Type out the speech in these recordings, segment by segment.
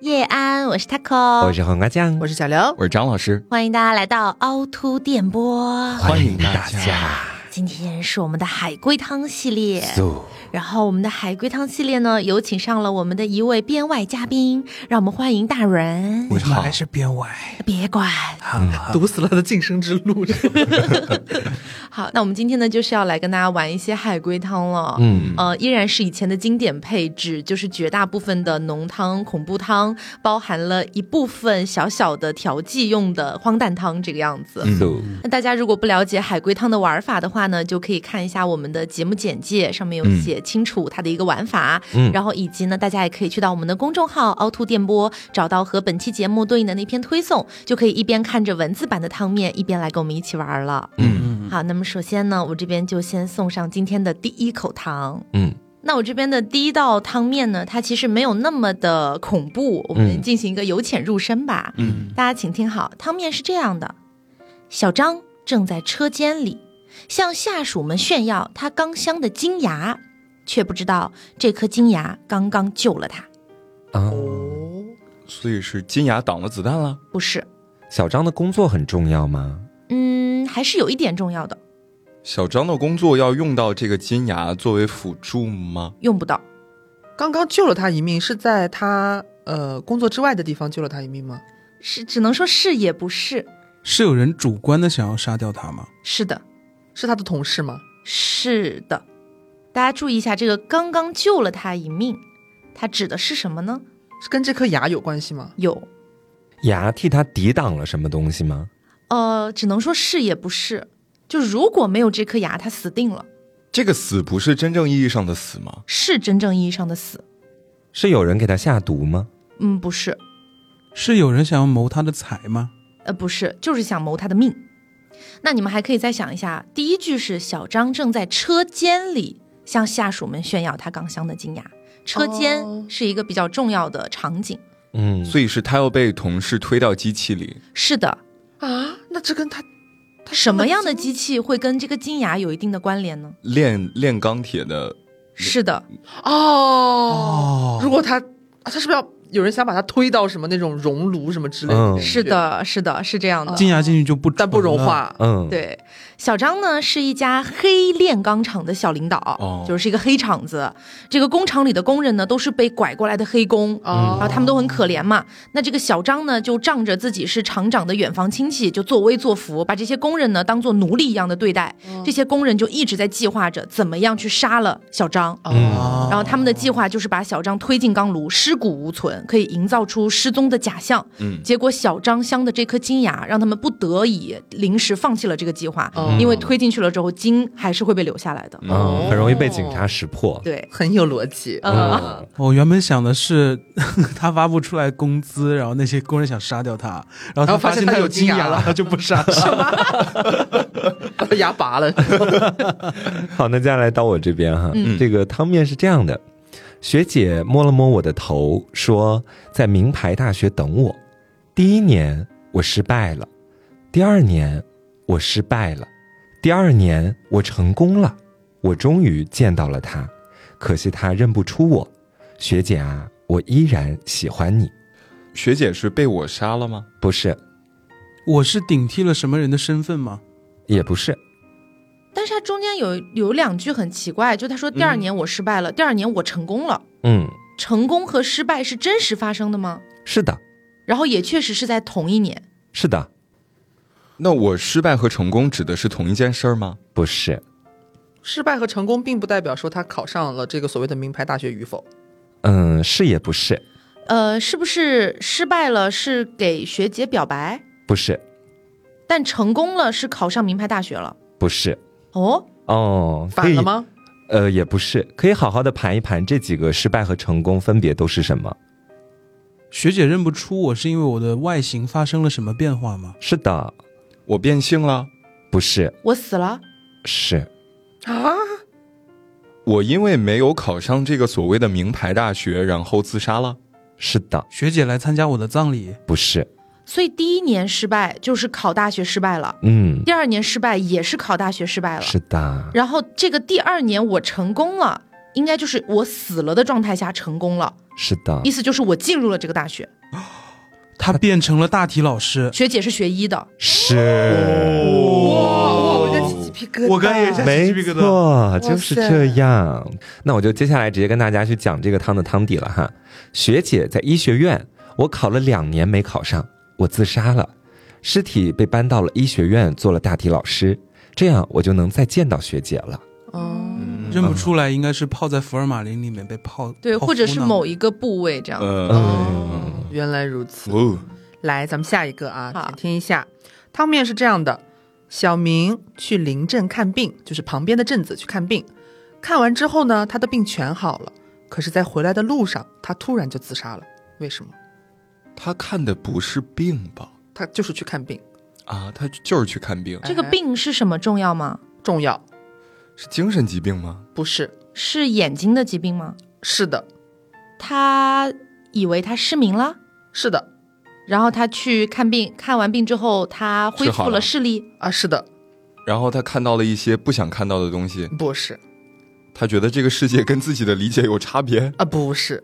叶安，我是 taco，我是黄瓜酱，我是小刘，我是张老师，欢迎大家来到凹凸电波。欢迎大大家。今天是我们的海龟汤系列， So，然后我们的海龟汤系列呢，有请上了我们的一位编外嘉宾，让我们欢迎大人。你好，是编外，别管，堵死了他的晋升之路。 好，那我们今天呢，就是要来跟大家玩一些海龟汤了。嗯，呃，依然是以前的经典配置，就是绝大部分的浓汤、恐怖汤，包含了一部分小小的调剂用的荒诞汤这个样子。 So，嗯那大家如果不了解海龟汤的玩法的话呢，就可以看一下我们的节目简介，上面有写清楚它的一个玩法。嗯然后以及呢，大家也可以去到我们的公众号“凹凸电波”，找到和本期节目对应的那篇推送，就可以一边看着文字版的汤面，一边来跟我们一起玩了。嗯好，那么首先呢，我这边就先送上今天的第一口汤。嗯那我这边的第一道汤面呢，它其实没有那么的恐怖，我们进行一个由浅入深吧。嗯，大家请听好，汤面是这样的：小张正在车间里向下属们炫耀他刚镶的金牙，却不知道这颗金牙刚刚救了他。啊，所以是金牙挡了子弹了。不是，小张的工作很重要吗？嗯，还是有一点重要的，小张的工作要用到这个金牙作为辅助吗？用不到。刚刚救了他一命，是在他呃工作之外的地方救了他一命吗？是，只能说是也不是。是有人主观的想要杀掉他吗？是的，是他的同事吗？是的，大家注意一下，这个刚刚救了他一命，它指的是什么呢？是跟这颗牙有关系吗？有，牙替他抵挡了什么东西吗？呃，只能说是也不是。就如果没有这颗牙，他死定了，这个死不是真正意义上的死吗？是真正意义上的死。是有人给他下毒吗？嗯，不是，是有人想要谋他的财吗？呃，不是，就是想谋他的命。那你们还可以再想一下，第一句是小张正在车间里向下属们炫耀他刚镶的金牙。车哦间是一个比较重要的场景。嗯，所以是他要被同事推到机器里，是的，啊，那这跟他他什么样的机金器会跟这个金牙有一定的关联呢？炼炼钢铁的。是的，哦哦如果他啊，他是不是要有人想把他推到什么那种熔炉什么之类的？嗯是，的，是的，是这样的。金牙进去就不但不融纯了。化。嗯，，对，小张呢是一家黑炼钢厂的小领导，哦就是一个黑厂子。这个工厂里的工人呢，都是被拐过来的黑工。然后哦，他们都很可怜嘛，那这个小张呢，就仗着自己是厂长的远房亲戚，就作威作福，把这些工人呢当做奴隶一样的对待。这些工人就一直在计划着怎么样去杀了小张。嗯哦，然后他们的计划就是把小张推进钢炉，尸骨无存，可以营造出失踪的假象。嗯结果小张镶的这颗金牙让他们不得已临时放弃了这个计划，哦因为推进去了之后，金还是会被留下来的。嗯，很容易被警察识破。对，很有逻辑。呃，我原本想的是 他发不出来工资，然后那些工人想杀掉他，然然后后他发现现他他有金金牙了了，他 就不 杀了。 把他牙拔了， 好，那接下来到我这边哈，嗯这个汤面是这样的，学姐摸了摸我的头，说在名牌大学等我。第一年我失败了，第二年我失败了，第二年我成功了，我终于见到了她，可惜她认不出我。学姐啊，我依然喜欢你，学姐是被我杀了吗？不是，我是顶替了什么人的身份吗？也不是，但是他中间有有两句很奇怪，就他说第二年我失败了，第二年我成功了，嗯，成功和失败是真实发生的吗？是的，然后也确实是在同一年，是的，那我失败和成功指的是同一件事儿吗？不是，失败和成功并不代表说他考上了这个所谓的名牌大学与否。嗯，是也不是，呃，是不是失败了是给学姐表白，不是，但成功了是考上名牌大学了？不是，哦，哦，可反以了吗？呃，也不是，可以好好的盘一盘这几个失败和成功分别都是什么。学姐认不出我是因为我的外形发生了什么变化吗？是的，我变性了，不是，我死了，是啊，我因为没有考上这个所谓的名牌大学，然后自杀了。是的，学姐来参加我的葬礼，不是，所以第一年失败就是考大学失败了，嗯，第二年失败也是考大学失败了，是的，然后这个第二年我成功了，应该就是我死了的状态下成功了，是的意，思就是我进入了这个大学，他变成了大体老师。学姐是学医的，是，哇，哦我这起鸡皮疙瘩，我刚也是没鸡皮疙错，哇就是塞这样。那我就接下来直接跟大家去讲这个汤的汤底了哈。学姐在医学院，我考了两年没考上，我自杀了，尸体被搬到了医学院做了大体老师，这样我就能再见到学姐了。哦，嗯认不出来，应该是泡在福尔马林里面被泡对，泡或者是糊弄某一个部位这样。呃嗯，原来如此。哦，来，咱们下一个啊，好请听一下。汤面是这样的：小明去邻镇看病，就是旁边的镇子去看病。看完之后呢，他的病全好了，可是，在回来的路上，他突然就自杀了。为什么？他看的不是病吧？他就是去看病，啊，他就是去看病，这个病是什么重要吗？重要是精神疾病吗？不是？是眼睛的疾病吗？是的，他以为他失明了，是的然后他去看病，看完病之后他恢治好复了了视力，啊，是的，然后他看到了一些不想看到的东西，不是他觉得这个世界跟自己的理解有差别。啊，不是。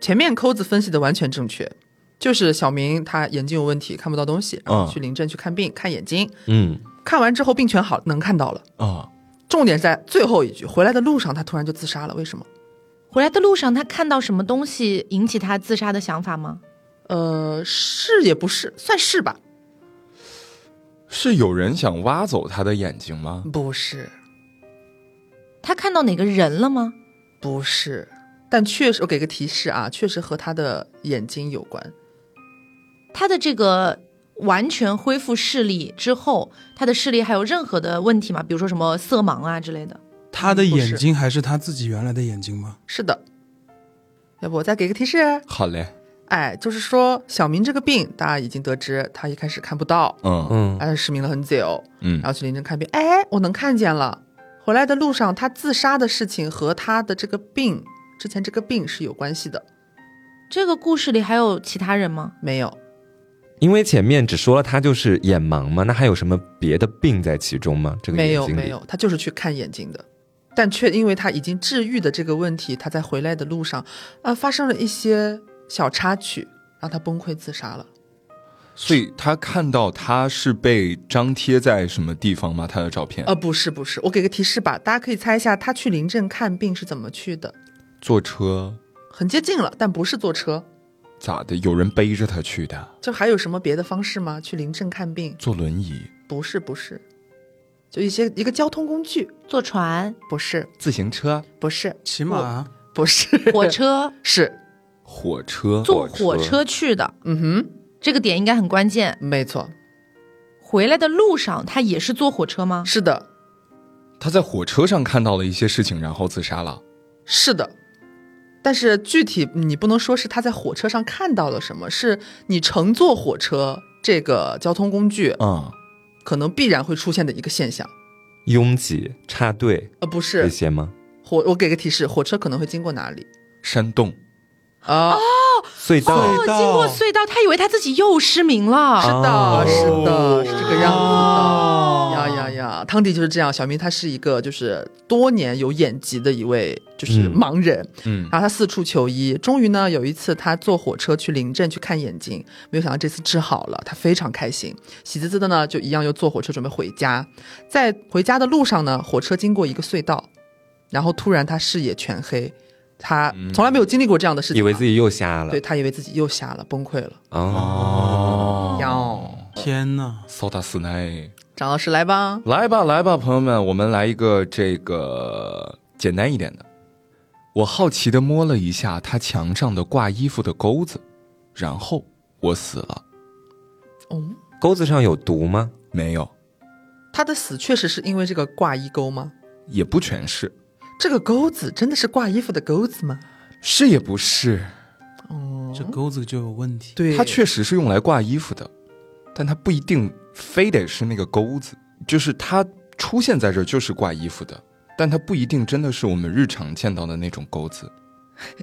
前面扣子分析的完全正确，就是小明他眼睛有问题，看不到东西，然后嗯去邻镇去看病，看眼睛，嗯，看完之后病全好，能看到了。啊，重点在最后一句，回来的路上他突然就自杀了，为什么？回来的路上，他看到什么东西引起他自杀的想法吗？呃，是也不是，算是吧？是有人想挖走他的眼睛吗？不是，他看到哪个人了吗？不是，但确实，我给个提示啊，确实和他的眼睛有关。他的这个完全恢复视力之后，他的视力还有任何的问题吗？比如说什么色盲啊之类的？他的嗯不是眼睛还是他自己原来的眼睛吗？是的，要不我再给个提示？好嘞，哎，就是说小明这个病，大家已经得知，他一开始看不到，嗯嗯，哎，失明了很久，嗯然后去临诊看病，哎，我能看见了。回来的路上，他自杀的事情和他的这个病，之前这个病是有关系的，这个故事里还有其他人吗？没有？因为前面只说了他就是眼盲嘛，那还有什么别的病在其中吗？这个没眼有睛里没有，他就是去看眼睛的，但却因为他已经治愈的这个问题，他在回来的路上，呃，发生了一些小插曲，让他崩溃自杀了。所以他看到他是被张贴在什么地方吗？他的照片呃，不是不是，我给个提示吧，大家可以猜一下，他去临镇看病是怎么去的？坐车很接近了，但不是坐车。咋的？有人背着他去的，就还有什么别的方式吗？去临镇看病？坐轮椅、不是不是，就一些一个交通工具？坐船、不是自行车、不是骑马不是， 火车，是火车、坐火车去的，嗯哼，这个点应该很关键。没错，回来的路上，他也是坐火车吗？是的他在火车上看到了一些事情，然后自杀了。是的，但是具体你不能说是他在火车上看到了什么，是你乘坐火车这个交通工具嗯，可能必然会出现的一个现象。拥挤、插队呃，不这是些吗？火，我给个提示，火车可能会经过哪里山洞啊？隧道、隧哦，经过隧道，他以为他自己又失明了。是哦的，是的，是这个样哦子的。呀呀呀！汤迪就是这样，小明他是一个就是多年有眼疾的一位就是嗯盲人，嗯然后他四处求医，终于呢有一次他坐火车去临镇去看眼睛，没有想到这次治好了，他非常开心，喜滋滋的呢就一样又坐火车准备回家，在回家的路上呢，火车经过一个隧道，然后突然他视野全黑，他从来没有经历过这样的事情嗯啊，以为自己又瞎了对他以为自己又瞎了，崩溃了，哦，哟，天呐，骚大死奶。张老师来吧，来吧，来吧，朋友们，我们来一个这个简单一点的。我好奇地摸了一下他墙上的挂衣服的钩子，然后我死了。哦。钩子上有毒吗？没有，他的死确实是因为这个挂衣钩吗？也不全是，这个钩子真的是挂衣服的钩子吗？是也不是，嗯这钩子就有问题。对它确实是用来挂衣服的，但它不一定非得是那个钩子，就是它出现在这儿就是挂衣服的，但它不一定真的是我们日常见到的那种钩子。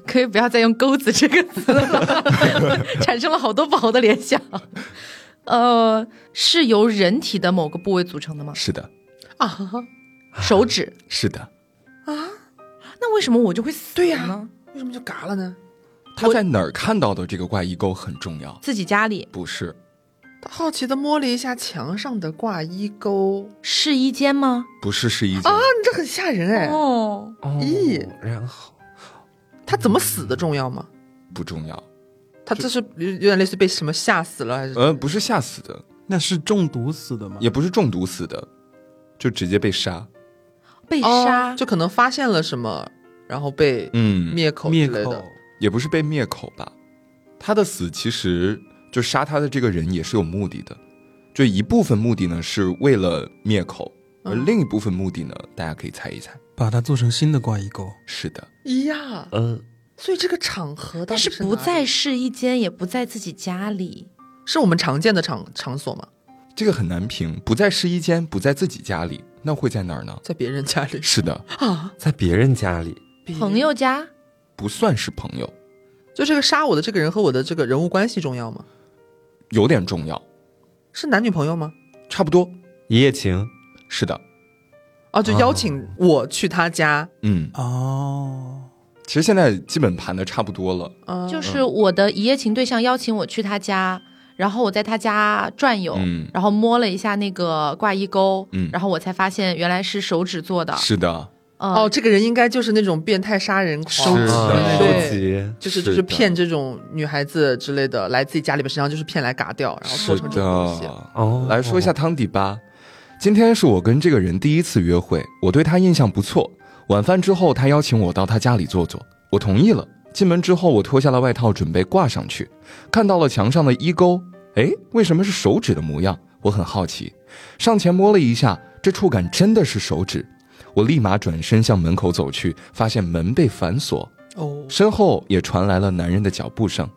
可以不要再用“钩子”这个词了， 产生了好多不好的联想。呃，是由人体的某个部位组成的吗？是的，啊，手指？是的，那为什么我就会死对呀、呢？为什么就嘎了呢？他在哪儿看到的这个挂衣钩很重要，自己家里不是好奇的摸了一下墙上的挂衣钩试衣间吗？不是试衣啊间，，你这很吓人哎！哦，哦咦，然后他怎么死的重要吗？不重要，他这是有有点类似被什么吓死了还是？呃，不是吓死的，那是中毒死的吗？也不是中毒死的，就直接被杀。被哦杀、就可能发现了什么，然后被嗯，灭口灭之类口的。，也不是被灭口吧？他的死其实就杀他的这个人也是有目的的，就一部分目的呢是为了灭口，而嗯另一部分目的呢，大家可以猜一猜。把它做成新的挂衣钩。是的，咦呀，嗯，所以这个场合到但底是哪不在里试衣间，也不在自己家里，是我们常见的场场所吗？这个很难评，不在试衣间，不在自己家里，那会在哪儿呢？在别人家里是的，啊，在别人家里，别朋友家不算是朋友，就这个杀我的这个人和我的这个人物关系重要吗？有点重要，是男女朋友吗？差不多。一夜情，是的，哦，就邀请我去他家，嗯，哦，其实现在基本盘的差不多了。啊，就是我的一夜情对象邀请我去他家，然后我在他家转哦悠，嗯然后摸了一下那个挂衣钩，嗯然后我才发现原来是手指做啊的，是的，呃、哦，，这个人应该就是那种变态杀人狂，是啊的收对，集，就是是就的是骗这种女孩子之类的来自己家里边，实际上就是骗来嘎掉，然后做是成这种东西。的。哦，来说一下汤底吧。今天是我跟这个人第一次约会，我对他印象不错。晚饭之后，他邀请我到他家里坐坐，我同意了。进门之后，我脱下了外套，准备挂上去，看到了墙上的衣钩，哎，为什么是手指的模样？我很好奇，上前摸了一下，这触感真的是手指。我立马转身向门口走去，发现门被反锁，哦，身后也传来了男人的脚步声。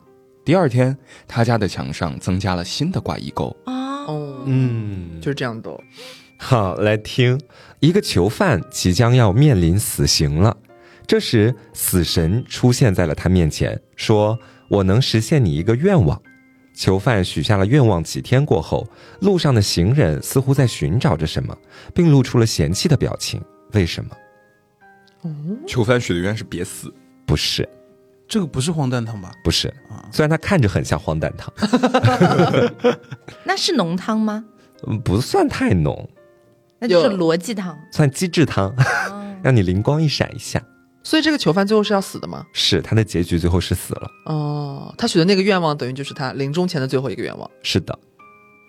第二天，他家的墙上增加了新的挂衣钩。啊，哦，嗯，就是这样的哦。好，来听一个囚犯即将要面临死刑了。这时，死神出现在了他面前，说：“我能实现你一个愿望。”囚犯许下了愿望。几天过后，路上的行人似乎在寻找着什么，并露出了嫌弃的表情。为什么？囚犯许的愿是别死，不是，这个不是荒诞汤吧？不是。虽然他看着很像荒诞汤， 那是浓汤吗？嗯不算太浓，那就是有逻辑汤。算机智汤， 让你灵光一闪一下。所以这个囚犯最后是要死的吗？是他的结局最后是死了。哦，他许的那个愿望等于就是他临终前的最后一个愿望。是的，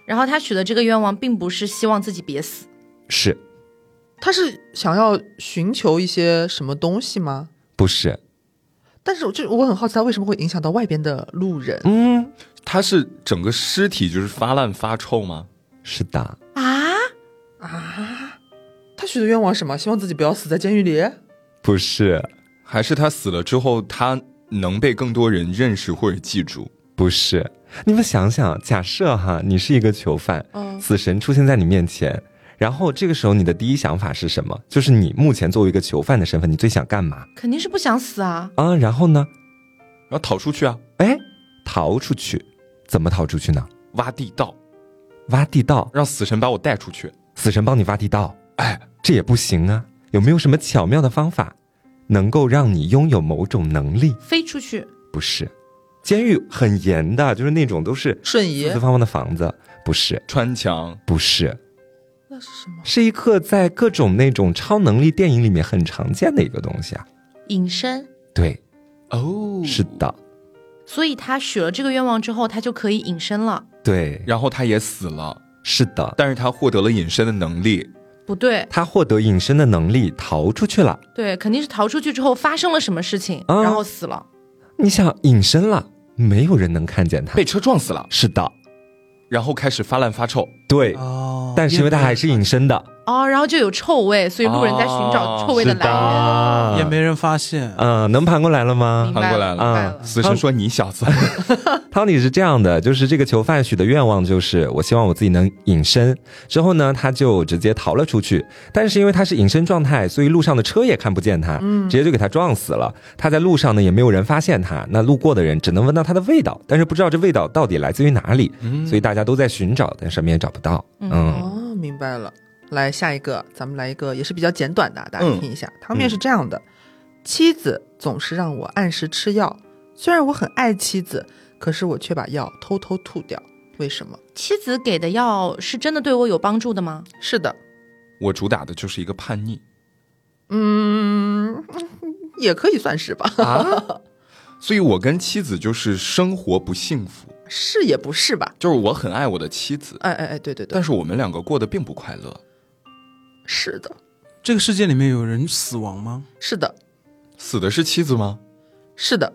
然后他许的这个愿望，并不是希望自己别死，是他是想要寻求一些什么东西吗？不是？但是我就我很好奇，他为什么会影响到外边的路人？嗯，他是整个尸体就是发烂发臭吗？是的，啊，他许的愿望是什么？希望自己不要死在监狱里？不是，还是他死了之后，他能被更多人认识或者记住？不是。你们想想，假设哈，你是一个囚犯，嗯死神出现在你面前，然后这个时候你的第一想法是什么？就是你目前作为一个囚犯的身份，你最想干嘛肯定是不想死啊。啊？然后呢？然后逃出去啊，哎，逃出去，怎么逃出去呢？挖地道，挖地道，让死神把我带出去。死神帮你挖地道，哎，这也不行啊。有没有什么巧妙的方法，能够让你拥有某种能力？飞出去，不是，监狱很严的，就是那种都是瞬四移四？方方的房子，不是，穿墙，不是。那是什么？是一个在各种那种超能力电影里面很常见的一个东西啊。隐身。对，哦是的，所以他许了这个愿望之后，他就可以隐身了。对，然后他也死了，是的。但是他获得了隐身的能力。不对，他获得隐身的能力，逃出去了。对，肯定是逃出去之后发生了什么事情，啊然后死了。你想隐身了，没有人能看见他被。车撞死了，是的，然后开始发烂发臭，对。哦，但是因为他还是隐身的，哦，然后就有臭味，所以路人在寻找臭味是来源。的，也没人发现。嗯、能盘过来了吗明？白翻过了，来了明白了。死神说：“你小子， 汤底是这样的，就是这个囚犯许的愿望就是我希望我自己能隐身。之后呢，他就直接逃了出去。但是因为他是隐身状态，所以路上的车也看不见他，直接就给他撞死了。他在路上呢也没有人发现他，那路过的人只能闻到他的味道，但是不知道这味道到底来自于哪里，所以大家都在寻找，但什么也找不到。嗯，哦，明白了。来下一个，咱们来一个也是比较简短的，大家嗯听一下。汤面是这样的：妻子总是让我按时吃药，虽然我很爱妻子，可是我却把药偷偷吐掉，为什么？妻子给的药是真的对我有帮助的吗？是的，我主打的就是一个叛逆嗯，也可以算是吧， 啊，所以我跟妻子就是生活不幸福，是也不是吧？就是我很爱我的妻子，哎哎哎，对对对但，是我们两个过得并不快乐。是的，这个世界里面有人死亡吗？是的，死的是妻子吗？是的，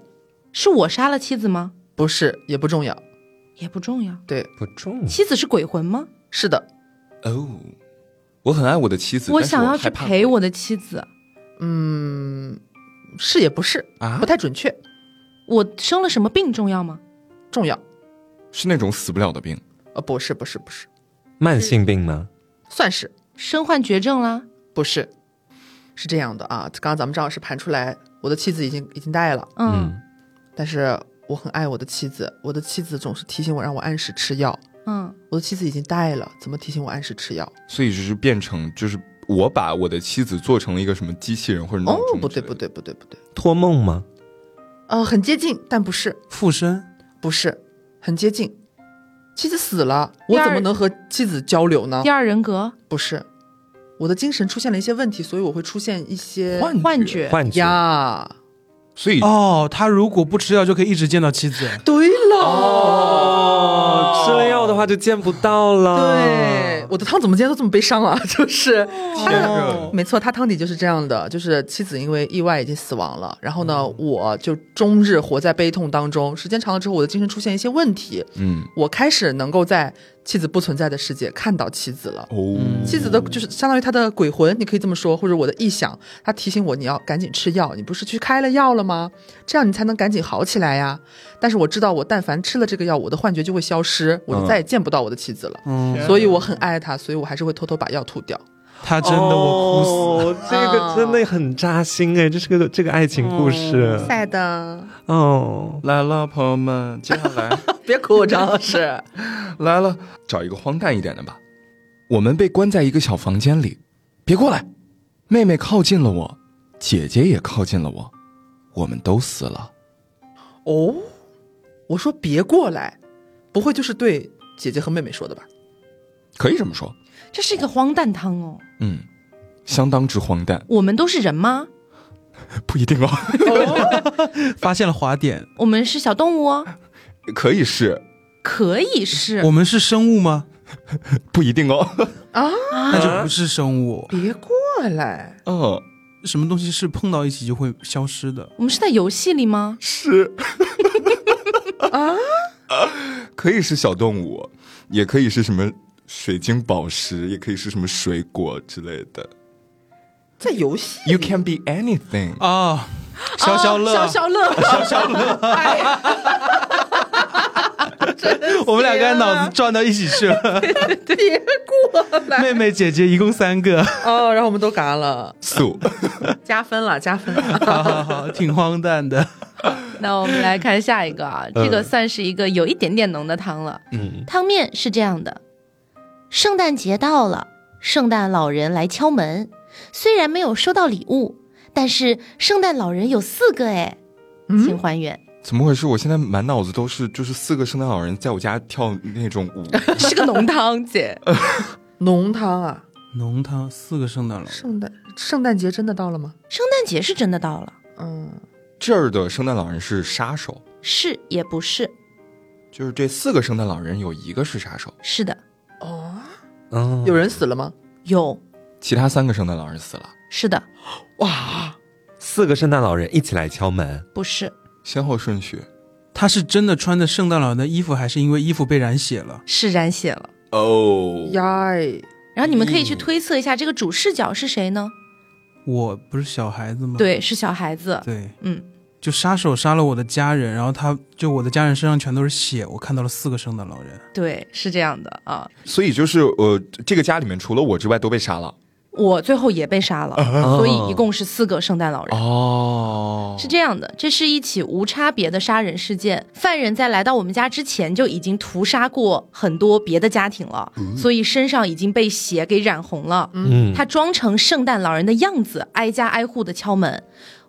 是我杀了妻子吗？不是也不重要，也不重要。对，不重要。妻子是鬼魂吗？是的，哦，我很爱我的妻子，我但是想要害去怕陪我的妻子。嗯，是也不是，啊不，太准确，我生了什么病重要吗？重要，是那种死不了的病。呃，不是不是不是，慢性病吗？算是身患绝症啦？不是，是这样的啊，刚刚咱们张老师盘出来，我的妻子已经已经带了，嗯但是我很爱我的妻子，我的妻子总是提醒我让我按时吃药，嗯我的妻子已经带了，怎么提醒我按时吃药？所以就是变成就是我把我的妻子做成了一个什么机器人或者闹哦钟，不对不对对，不对不对，托梦吗？呃，很接近，但不是附身？不是，很接近。妻子死了，我怎么能和妻子交流呢第？二人格、不是，我的精神出现了一些问题，所以我会出现一些幻幻觉，幻觉？呀。所嗯以哦，他如果不吃药就可以一直见到妻子。对了，哦，吃了药的话就见不到了。对，我的汤怎么今天都这么悲伤啊？ 就是他天的热，没错，他汤底就是这样的，就是妻子因为意外已经死亡了，然后呢，嗯我就终日活在悲痛当中。时间长了之后，我的精神出现一些问题，嗯我开始能够在妻子不存在的世界看到妻子了。哦，妻子的就是相当于他的鬼魂，你可以这么说，或者我的臆想，他提醒我你要赶紧吃药，你不是去开了药了吗？这样你才能赶紧好起来呀。但是我知道，我但凡吃了这个药，我的幻觉就会消失，我就再也见不到我的妻子了。嗯，所以我很爱他，所以我还是会偷偷把药吐掉。他真的我哭死了。哦，这个真的很扎心哎，这是个这个爱情故事。赛的，哦，来了，朋友们，接下来别哭我，张老师。来了，找一个荒诞一点的吧。我们被关在一个小房间里，别过来。妹妹靠近了我，姐姐也靠近了我，我们都死了。 哦，我说别过来，不会就是对姐姐和妹妹说的吧？可以这么说，这是一个荒诞汤哦。嗯，相当之荒诞，我们都是人吗？不一定哦，发现了滑点，我们是小动物哦？ 可以是，可以是我们是生物吗？不一定 哦。啊那就不是生物。别过来，嗯，什么东西是碰到一起就会消失的？我们是在游戏里吗？是啊， 可以是小动物，也可以是什么水晶宝石，也可以是什么水果之类的。在游戏 You can be anything。啊，消消乐，啊消消乐， 我们两个脑子撞到一起去了。别过来妹妹姐姐一共三个，哦，然后我们都嘎了，素， 加分了，加分了。好好好，挺荒诞的。那我们来看下一个啊，嗯这个算是一个有一点点浓的汤了。嗯，汤面是这样的：圣诞节到了，圣诞老人来敲门，虽然没有收到礼物，但是圣诞老人有四个哎，嗯请还原，怎么回事？我现在满脑子都是就是四个圣诞老人在我家跳那种 舞， 是个浓汤 姐。浓汤啊，浓汤四个圣诞老人，圣诞圣诞节真的到了吗？圣诞节是真的到了，嗯，这儿的圣诞老人是杀手，是也不是？就是这四个圣诞老人有一个是杀手，是的，哦，哦有人死了吗？有，其他三个圣诞老人死了，是的，哇，四个圣诞老人一起来敲门，不是，先后顺序。他是真的穿着圣诞老人的衣服，还是因为衣服被染血了？是染血了。哦，呀哎，然后你们可以去推测一下这个主视角是谁呢？我不是小孩子吗？对，是小孩子。对，嗯，就杀手杀了我的家人，然后他就我的家人身上全都是血，我看到了四个圣诞老人。对，是这样的啊。所以就是呃，这个家里面除了我之外都被杀了。我最后也被杀了，所以一共是四个圣诞老人。哦是这样的，这是一起无差别的杀人事件。犯人在来到我们家之前就已经屠杀过很多别的家庭了，所以身上已经被血给染红了。嗯，他装成圣诞老人的样子，挨家挨户的敲门。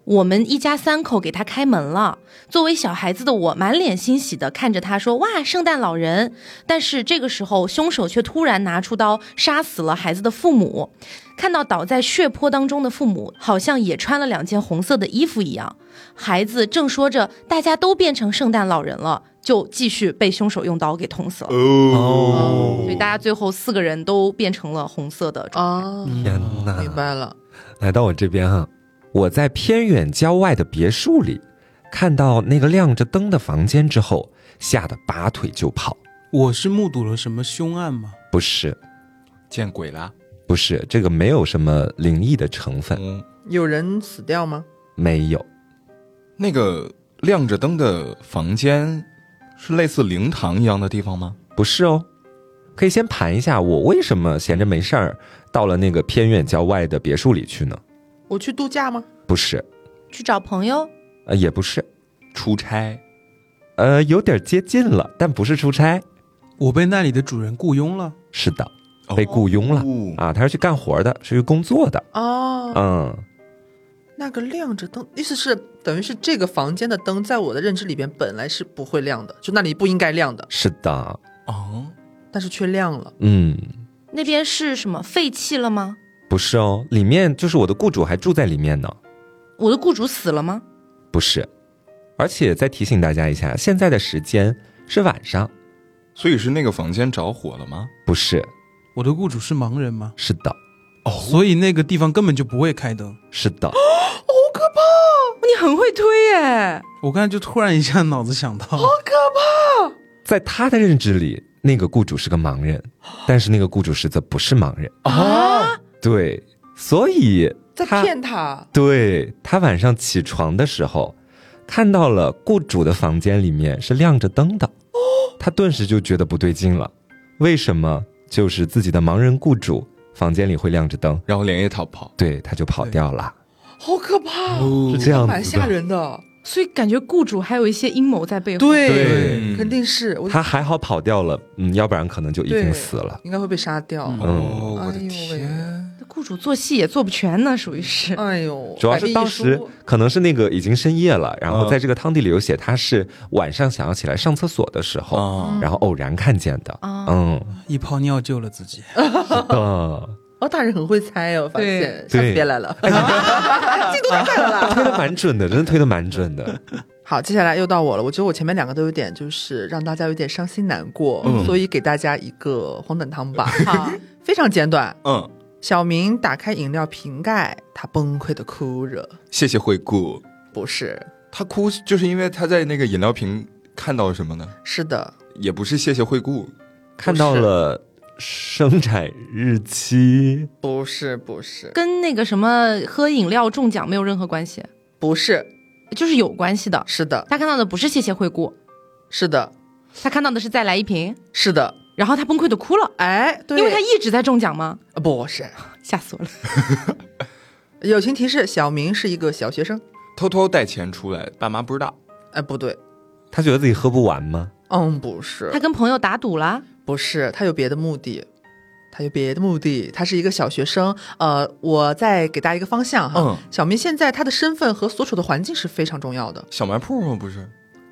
我们一家三口给他开门了。作为小孩子的我，满脸欣喜的看着他说：“哇，圣诞老人！”但是这个时候，凶手却突然拿出刀杀死了孩子的父母。看到倒在血泊当中的父母，好像也穿了两件红色的衣服一样。孩子正说着“大家都变成圣诞老人了”，就继续被凶手用刀给捅死了。哦所以大家最后四个人都变成了红色的状态。哦，天哪！明白了，来到我这边哈、我在偏远郊外的别墅里看到那个亮着灯的房间之后，吓得拔腿就跑。我是目睹了什么凶案吗？不是，见鬼啦！不是，这个没有什么灵异的成分，嗯，有人死掉吗？没有。那个亮着灯的房间是类似灵堂一样的地方吗？不是哦，可以先盘一下我为什么闲着没事儿到了那个偏远郊外的别墅里去呢？我去度假吗？不是，去找朋友，呃，也不是，出差呃，有点接近了，但不是出差，我被那里的主人雇佣了，是的，被雇佣了、哦啊，他是去干活的，是去工作的，哦，嗯，那个亮着灯，意思是等于是这个房间的灯，在我的认知里边本来是不会亮的，就那里不应该亮的，是的，哦，但是却亮了。嗯，那边是什么废弃了吗？不是哦，里面就是我的雇主还住在里面呢，我的雇主死了吗？不是，而且再提醒大家一下，现在的时间是晚上，所以是那个房间着火了吗？不是，我的雇主是盲人吗？是的，所以那个地方根本就不会开灯。是的，哦你很会推耶！我刚才就突然一下脑子想到，在他的认知里，那个雇主是个盲人，但是那个雇主实则不是盲人，啊，对，所以在他骗他，对他晚上起床的时候，看到了雇主的房间里面是亮着灯的，他顿时就觉得不对劲了。为什么？就是自己的盲人雇主房间里会亮着灯，然后连夜逃跑。对，他就跑掉了，好可怕，是哦这样蛮子吓的。人的，所以感觉雇主还有一些阴谋在背后。，对嗯肯定是我他还好跑掉了，嗯，要不然可能就已经对死了。应该会被杀掉。嗯，哦，我的哎呦喂天，雇主做戏也做不全呢，属于是。哎呦，主要百是密当一疏时可能是那个已经深夜了，然后嗯在这个汤底里有写他是晚上想要起来上厕所的时候，啊，然后偶然看见的。啊嗯，一泡尿救了自己。是的。哦，大人很会猜哦，发现对下次别来了，进度太快了 啦。推的蛮准的，真的推的蛮准的。好，接下来又到我了。我觉得我前面两个都有点，就是让大家有点伤心难过，所以给大家一个黄疸汤吧，好，非常简短。嗯，小明打开饮料瓶盖，他崩溃的哭着。谢谢惠顾。不是，他哭就是因为他在那个饮料瓶看到了什么呢？是的，也不是谢谢惠顾，看到了生产日期，不是，不是，跟那个什么喝饮料中奖没有任何关系，不是，就是有关系的。是的，他看到的不是谢谢惠顾，是的，他看到的是再来一瓶，是的。然后他崩溃的哭了，哎，对，因为他一直在中奖吗？他不是。吓死我了！友情提示：小明是一个小学生。偷偷带钱出来，爸妈不知道。哎，不对，他觉得自己喝不完吗？嗯，不是他，跟朋友打赌了，不是，他有别的目的，他有别的目的，他是一个小学生。呃，我再给大家一个方向哈。嗯小明现在他的身份和所处的环境是非常重要的。小卖铺吗？不是，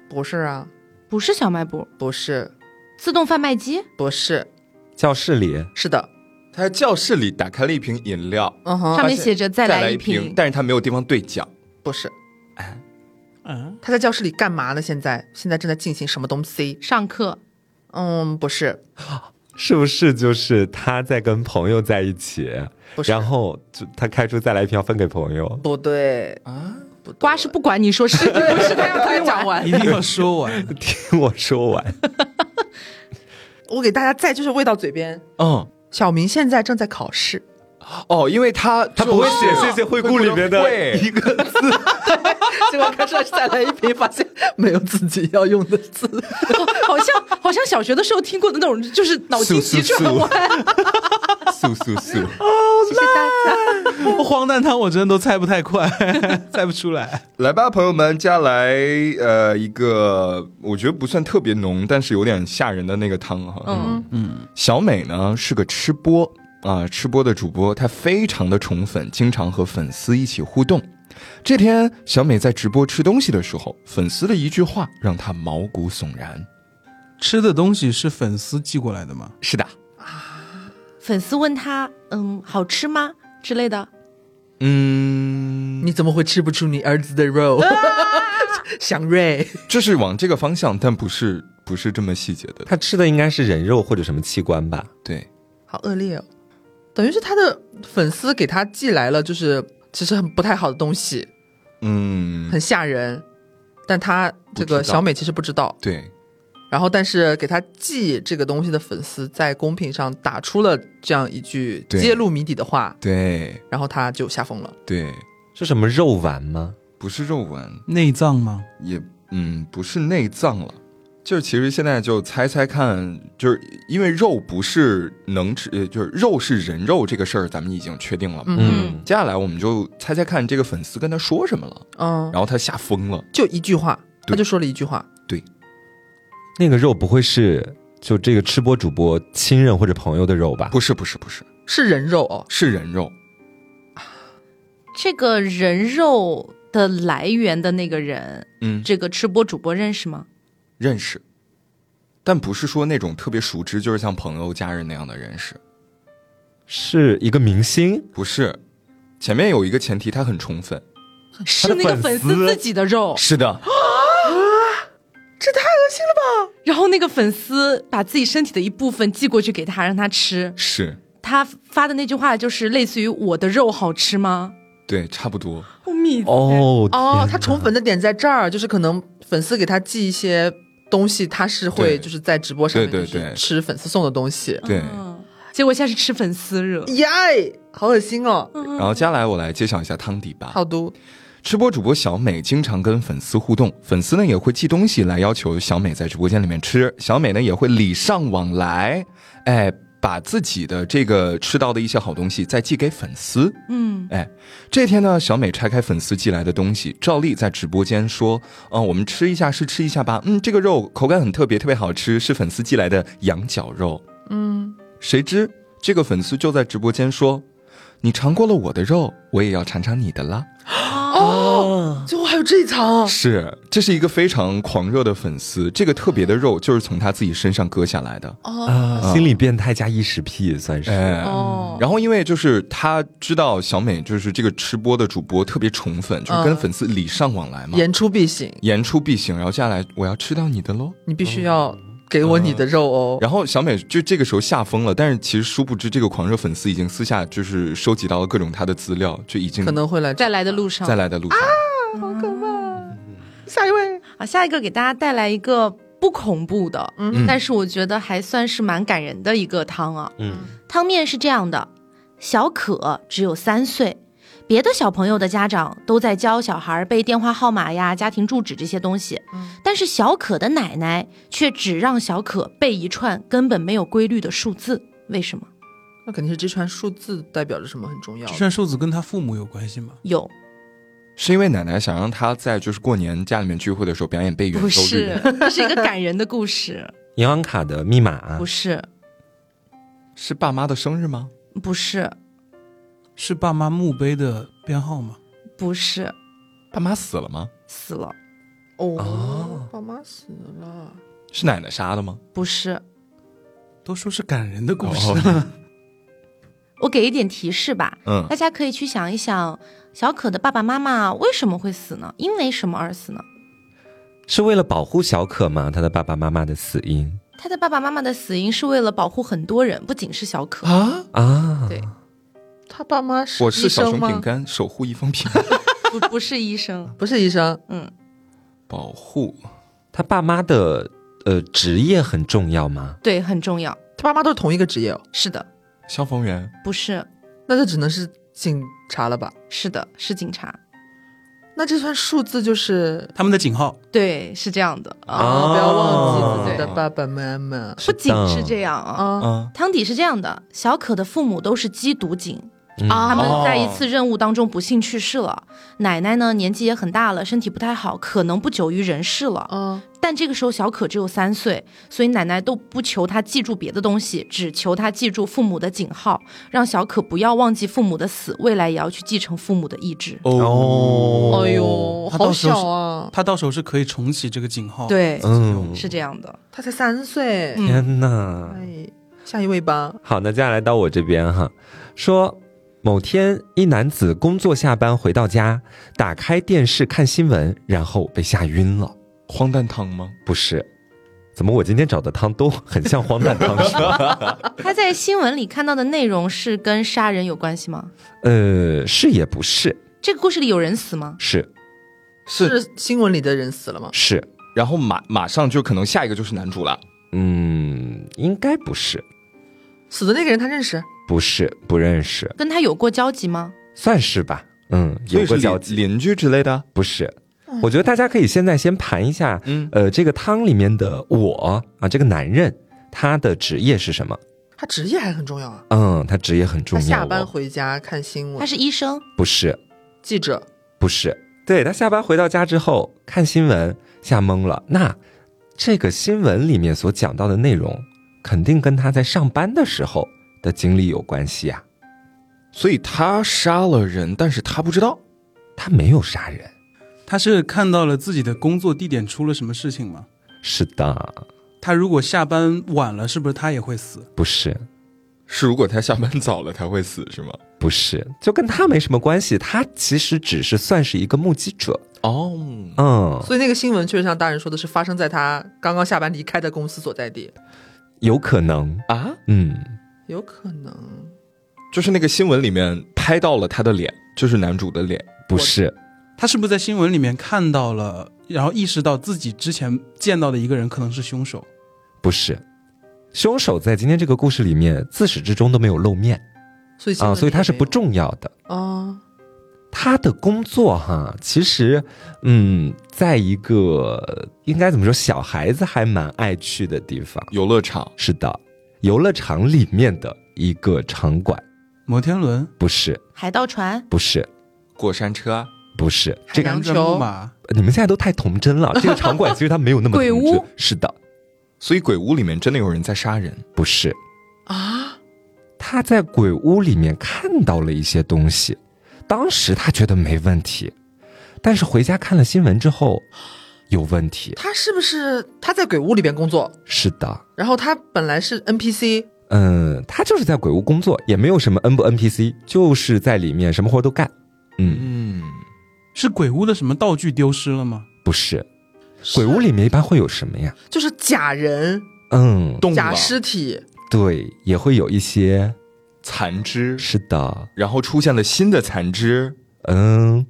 不是啊，不是小卖部，不是，自动贩卖机，不是，教室里是的，他在教室里打开了一瓶饮料，嗯哼，上面写着再来来一瓶瓶，，但是他没有地方兑奖。不 是。啊嗯，他在教室里干嘛呢？现在现在正在进行什么东西？上课嗯，不是，是不是就是他在跟朋友在一起，不是，然后就他开出再来一瓶要分给朋友？不对啊，不对瓜是不管你说 是不是，他要他要讲讲完一定要说完。听我说完， 我给大家再就是喂到嘴边。嗯，小明现在正在考试，哦，因为他他不会写谢谢惠顾里面的一个 结果看出来是再来一瓶，发现没有自己要用的字。好像好像小学的时候听过的那种，就是脑筋急转弯。 啊素素素，谢谢大家。荒诞汤我真的都猜不太快， 猜不出来。来吧，朋友们，接下来呃一个我觉得不算特别浓，但是有点吓人的那个汤哈。嗯，小美呢是个吃播啊、吃播的主播，她非常的宠粉，经常和粉丝一起互动。这天，小美在直播吃东西的时候，粉丝的一句话让她毛骨悚然。吃的东西是粉丝寄过来的吗？是的，粉丝问他，嗯，好吃吗之类的，嗯，你怎么会吃不出你儿子的肉？ 祥瑞，这是往这个方向，但不是不是这么细节的。他吃的应该是人肉或者什么器官吧？对，好恶劣哦！等于是他的粉丝给他寄来了，就是其实很不太好的东西，嗯，很吓人。但他这不个知道小美其实不知道，对，然后但是给他寄这个东西的粉丝在公屏上打出了这样一句对揭露谜底的话，对，然后他就吓疯了。对，是什么肉丸吗？不是肉丸，内脏吗？也嗯，不是内脏了。就是其实现在就猜猜看，就是因为肉不是能吃，呃就是肉是人肉这个事儿，咱们已经确定了嘛。嗯接下来我们就猜猜看这个粉丝跟他说什么了，嗯，然后他吓疯了。就一句话，对他就说了一句话，那个肉不会是就这个吃播主播亲人或者朋友的肉吧？不是不是不是，是人肉哦，是人肉，这个人肉的来源的那个人，嗯，这个吃播主播认识吗？认识，但不是说那种特别熟知，就是像朋友、家人那样的认识，是一个明星，不是。前面有一个前提，他很宠粉。是那个粉丝自己的肉，是的，然后那个粉丝把自己身体的一部分寄过去给他，让他吃。是，他发的那句话就是类似于“我的肉好吃吗对，差不多。”？我米哦哦，天他宠粉的点在这儿，就是可能粉丝给他寄一些东西，他是会对就是在直播上面对就对对是吃粉丝送的东西。对，嗯，结果现在是吃粉丝热，嗯耶，好恶心哦！然后接下来我来揭晓一下汤底吧。好毒，吃播主播小美经常跟粉丝互动，粉丝呢也会寄东西来要求小美在直播间里面吃，小美呢也会礼尚往来，哎，把自己的这个吃到的一些好东西再寄给粉丝。嗯，哎，这天呢，小美拆开粉丝寄来的东西，照例在直播间说：“嗯、我们吃一下，试吃一下吧。嗯，这个肉口感很特别，特别好吃，是粉丝寄来的羊角肉。”嗯，谁知这个粉丝就在直播间说：“你尝过了我的肉，我也要尝尝你的啦。嗯最后还有这一层，是，这是一个非常狂热的粉丝，这个特别的肉就是从他自己身上割下来的。哦啊，心理变态加异食癖也算是。哎，哦然后因为就是他知道小美就是这个吃播的主播特别宠粉，就是嗯跟粉丝礼尚往来嘛，言出必行，言出必行，然后接下来我要吃到你的喽。你必须要嗯给我你的肉哦。然后小美就这个时候吓疯了，但是其实殊不知这个狂热粉丝已经私下就是收集到了各种他的资料，就已经可能会啊来在来的路上在来的路上，下一位，好，啊下一个给大家带来一个不恐怖的，嗯但是我觉得还算是蛮感人的一个汤啊。嗯，汤面是这样的：小可只有三岁，别的小朋友的家长都在教小孩背电话号码呀、家庭住址这些东西，但是小可的奶奶却只让小可背一串根本没有规律的数字，为什么？那肯定是这串数字代表着什么很重要这。串数字跟他父母有关系吗？有是因为奶奶想让他在就是过年家里面聚会的时候表演背圆不周率是吗。？这是一个感人的故事，银行卡的密码、啊不是是爸妈的生日吗？不是是爸妈墓碑的编号吗？不是爸妈死了吗？死了，哦，爸妈死了，是奶奶杀的吗？不是。都说是感人哦的故事，我给一点提示吧，嗯大家可以去想一想，小可的爸爸妈妈为什么会死呢？因为什么而死呢？是为了保护小可吗？他的爸爸妈妈的死因他的爸爸妈妈的死因是为了保护很多人，不仅是小可。啊，啊，对，他爸妈是 我医是小生熊饼吗？干，守护一方平安，不不是医生，不是医生，嗯， 保护他爸妈的呃职业很重要吗？对，很重要。他爸妈都是同一个职业哦，是的，消防员。不是，那就只能是警察了吧？是的，是警察。那这串数字就是他们的警号对，是这样的啊、啊，不要忘记自己的哦爸爸妈妈不仅是这样啊。啊。啊，汤底是这样的：小可的父母都是缉毒警，他啊们在一哦次任务当中不幸去世了。奶奶呢年纪也很大了，身体不太好，可能不久于人世了。嗯，但这个时候小可只有三岁，所以奶奶都不求他记住别的东西，只求他记住父母的警号，让小可不要忘记父母的死，未来也要去继承父母的意志。哦哎呦，他好到时候是小啊，他到时候是可以重启这个警号。，对，嗯，是这样的。他才三岁。嗯天哪！哎，下一位吧。好，那接下来到我这边哈，说某天一男子工作下班回到家，打开电视看新闻，然后被吓晕了。荒诞汤吗？不是，怎么我今天找的汤都很像荒诞汤是 吧？他在新闻里看到的内容是跟杀人有关系吗？呃，是也不是，这个故事里有人死吗？是是，是新闻里的人死了吗？是，然后马马上就可能下一个就是男主了。嗯，应该不是，死的那个人他认识，不是，不认识，跟他有过交集吗？算是吧。嗯，有所过以是交邻集，邻居之类的。不是。嗯我觉得大家可以现在先盘一下，嗯呃，这个汤里面的我啊，这个男人他的职业是什么？他职业还很重要啊。嗯，他职业很重他要、哦。下班回家看新他闻，是医生，不是记者不是，对他下班回到家之后看新闻，吓懵了。那这个新闻里面所讲到的内容，肯定跟他在上班的时候的经历有关系啊。所以他杀了人，但是他不知道。他没有杀人，他是看到了自己的工作地点出了什么事情吗？是的，他如果下班晚了，是不是他也会死？不是是如果他下班早了，他会死是吗？不是，就跟他没什么关系。他其实只是算是一个目击者。哦，嗯，所以那个新闻确实像大人说的是发生在他刚刚下班离开的公司所在地，有可能。啊，嗯，有可能就是那个新闻里面拍到了他的脸，就是男主的脸。不是，他是不是在新闻里面看到了，然后意识到自己之前见到的一个人可能是凶手？不是。凶手在今天这个故事里面自始至终都没有露面所以新闻啊，里所以他是也没有不重要的。啊。他的工作哈，其实，嗯，在一个应该怎么说，小孩子还蛮爱去的地方。游乐场是的，游乐场里面的一个场馆，摩天轮、不是，海盗船，不是，过山车啊，不是。海旋洋转木球，马，你们现在都太童真了。这个场馆其实它没有那么鬼童真屋。是的，所以鬼屋里面真的有人在杀人。不是。啊，他在鬼屋里面看到了一些东西，当时他觉得没问题，但是回家看了新闻之后，有问题。他是不是他在鬼屋里边工作？是的。然后他本来是 NPC，嗯，他就是在鬼屋工作，也没有什么 N 不 NPC，就是在里面什么活都干。嗯，嗯，是鬼屋的什么道具丢失了吗？不是，鬼屋里面一般会有什么呀？就是假人、嗯，动假了尸体，对，也会有一些，残肢，是的，然后出现了新的残肢、嗯，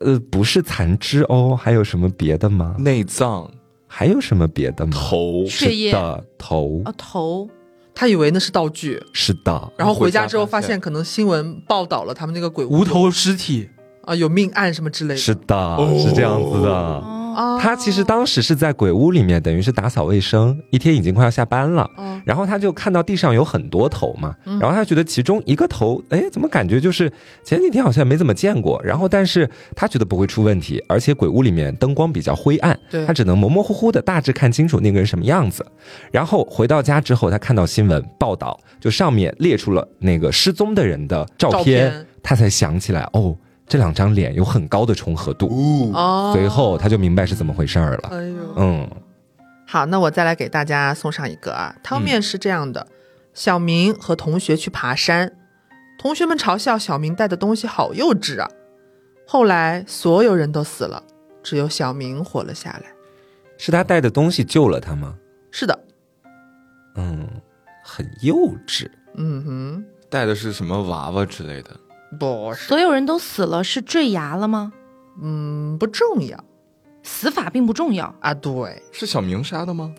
呃，不是残肢哦，还有什么别的吗？内脏、还有什么别的吗？头，是血液的，头哦，呃头，他以为那是道具，是的，然后回家之后发发现现可能新闻报道了他们那个鬼屋无头尸体，啊有命案什么之类的，是的，是这样子的。哦，啊，他其实当时是在鬼屋里面，等于是打扫卫生，一天已经快要下班了。啊然后他就看到地上有很多头嘛，嗯然后他觉得其中一个头，哎，怎么感觉就是前几天好像没怎么见过，然后但是他觉得不会出问题，而且鬼屋里面灯光比较灰暗，对他只能模模糊糊的大致看清楚那个人什么样子。然后回到家之后，他看到新闻报道，就上面列出了那个失踪的人的照照片，片他才想起来哦，这两张脸有很高的重合度，哦，哦，随后他就明白是怎么回事儿了。哎呦，嗯，好，那我再来给大家送上一个啊，汤面是这样的：小明和同学去爬山，同学们嘲笑小明带的东西好幼稚啊。后来所有人都死了，只有小明活了下来。是他带的东西救了他吗？是的，嗯，很幼稚。嗯带的是什么娃娃之类的？哼，不是，所有人都死了，是坠崖了吗？嗯，不重要死法并不重要，啊。对，是小明杀的吗？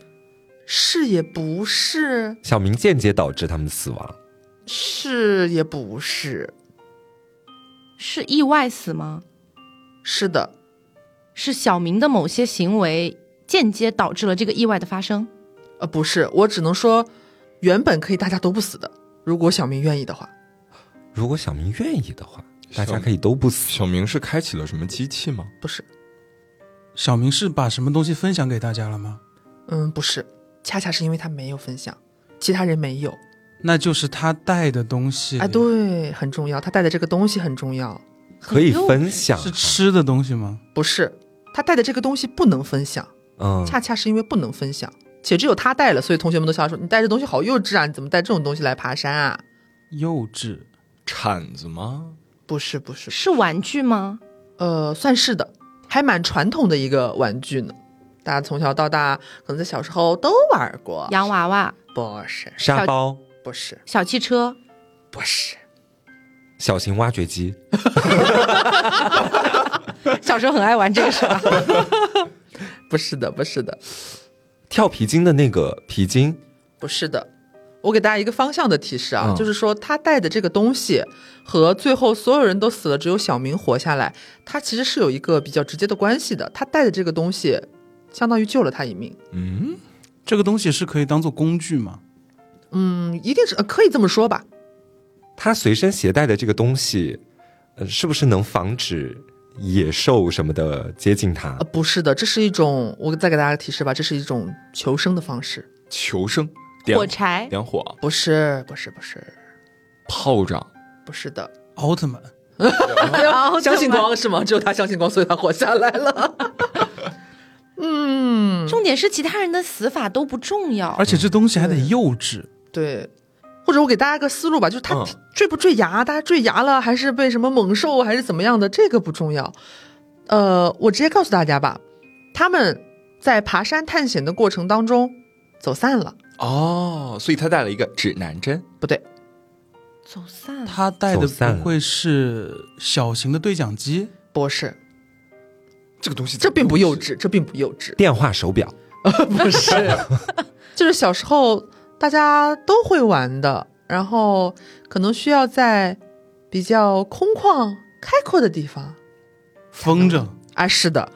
是也不是，小明间接导致他们的死亡，是也不是，是意外死吗？是的，是小明的某些行为间接导致了这个意外的发生。呃，不是。我只能说，原本可以大家都不死的，如果小明愿意的话。如果小明愿意的话，大家小可以都不死。小明是开启了什么机器吗？不是，小明是把什么东西分享给大家了吗？嗯，不是，恰恰是因为他没有分享，其他人没有。那就是他带的东西哎，，对，很重要，他带的这个东西很重要。可以分享啊是吃的东西吗？不是，他带的这个东西不能分享，嗯，恰恰是因为不能分享，且只有他带了，所以同学们都笑说：“你带这东西好幼稚啊！你怎么带这种东西来爬山啊幼稚，铲子吗？？”不是，不是，是玩具吗？呃，算是的，还蛮传统的一个玩具呢。大家从小到大，可能在小时候都玩过。洋娃娃、不是，沙包、不是，小汽车，不是，小型挖掘机，小时候很爱玩这个 是吧？不是的，不是的，跳皮筋的那个皮筋，不是的。我给大家一个方向的提示啊，嗯就是说他带的这个东西和最后所有人都死了，只有小明活下来，它其实是有一个比较直接的关系的。他带的这个东西，相当于救了他一命。嗯，这个东西是可以当做工具吗？嗯，一定是、呃可以这么说吧？它随身携带的这个东西，呃，是不是能防止野兽什么的接近它呃，？不是的，这是一种，我再给大家提示吧，这是一种求生的方式。求生，点火柴、点火，不是，不是，不是，炮仗，不是的。奥特曼，哦相信光是吗？只有他相信光，所以他活下来了。重点是其他人的死法都不重要而，且这东西还得幼稚，对，或者我给大家个思路吧，就是他嗯坠不坠崖，大家坠崖了，还是被什么猛兽，还是怎么样的，这个不重要。呃，我直接告诉大家吧，他们在爬山探险的过程当中走散了，哦，所以他带了一个指南针，不对，走散了。他带的走散了不会是小型的对讲机？不是，这个东西这并不幼稚。稚，这并不幼稚。电话手表，不是，就是小时候大家都会玩的，然后可能需要在比较空旷、开阔的地方。风筝，啊，是的，